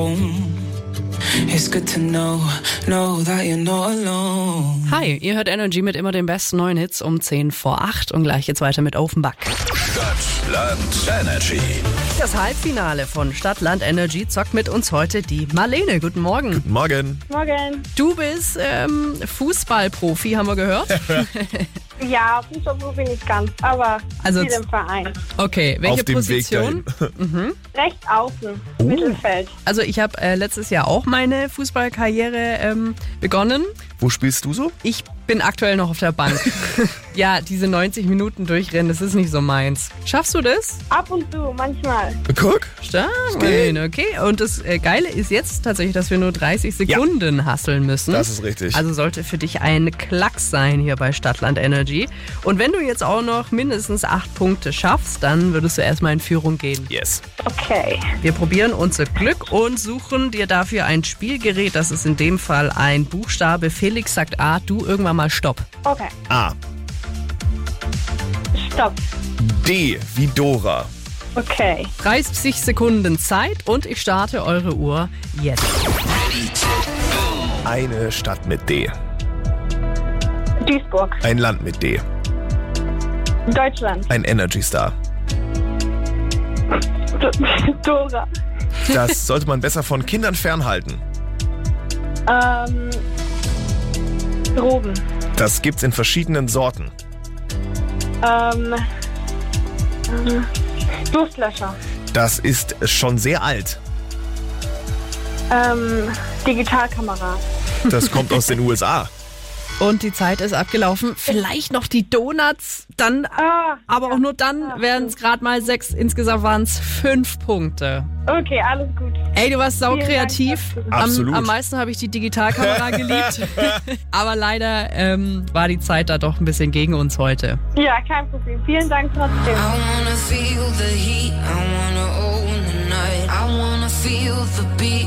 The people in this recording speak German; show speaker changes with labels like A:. A: home. It's good to know, know that you're not alone.
B: Hi, ihr hört Energy mit immer den besten neuen Hits um 10 vor 8 und gleich geht's weiter mit Offenbach.
C: Stadtland Energy.
B: Das Halbfinale von Stadtland Energy zockt mit uns heute die Marlene. Guten Morgen.
D: Morgen.
E: Morgen.
B: Du bist ähm, Fußballprofi, haben wir gehört.
E: Ja, Fußballprofi nicht ganz, aber
B: Also
E: viel
B: z-
E: im Verein.
B: Okay, welche
D: Auf dem
B: Position?
D: Weg dahin.
E: Rechts außen,
B: Uh.
E: Mittelfeld.
B: Also ich habe äh, letztes Jahr auch meine Fußballkarriere ähm, begonnen.
D: Wo spielst du so?
B: Ich bin aktuell noch auf der Bank. ja, diese 90 Minuten durchrennen, das ist nicht so meins. Schaffst du das?
E: Ab und zu, manchmal.
D: Guck.
B: Stark, Marlene, okay. Und das äh, Geile ist jetzt tatsächlich, dass wir nur 30 Sekunden hasseln müssen.
D: Das ist richtig.
B: Also sollte für dich ein Klacks sein hier bei Stadtland Energy. Und wenn du jetzt auch noch mindestens acht Punkte schaffst, dann würdest du erstmal in Führung gehen.
D: Yes.
E: Okay.
B: Wir probieren unser Glück und suchen dir dafür ein Spielgerät. Das ist in dem Fall ein Buchstabe. Felix sagt A, du irgendwann mal Stopp.
E: Okay.
D: A.
E: Stopp.
D: D wie Dora.
E: Okay.
B: 30 Sekunden Zeit und ich starte eure Uhr jetzt.
D: Eine Stadt mit D.
E: Duisburg.
D: Ein Land mit D.
E: Deutschland.
D: Ein Energy Star.
E: D Dora.
D: Das sollte man besser von Kindern fernhalten.
E: Ähm. Roben.
D: Das gibt's in verschiedenen Sorten.
E: Ähm. ähm, Durstlöscher.
D: Das ist schon sehr alt.
E: Ähm. Digitalkamera.
D: Das kommt aus den USA.
B: Und die Zeit ist abgelaufen. Vielleicht noch die Donuts, dann,
E: Ah,
B: aber auch nur dann wären es gerade mal sechs. Insgesamt waren es fünf Punkte.
E: okay, alles gut.
B: Ey, du warst sau
E: Vielen
B: kreativ.
E: Dank,
B: Am,
D: Absolut.
B: am meisten habe ich die Digitalkamera geliebt. aber leider ähm, war die Zeit da doch ein bisschen gegen uns heute.
E: Ja, kein Problem. Vielen Dank trotzdem.
F: I wanna feel the heat, I wanna own the night, I wanna feel the beat.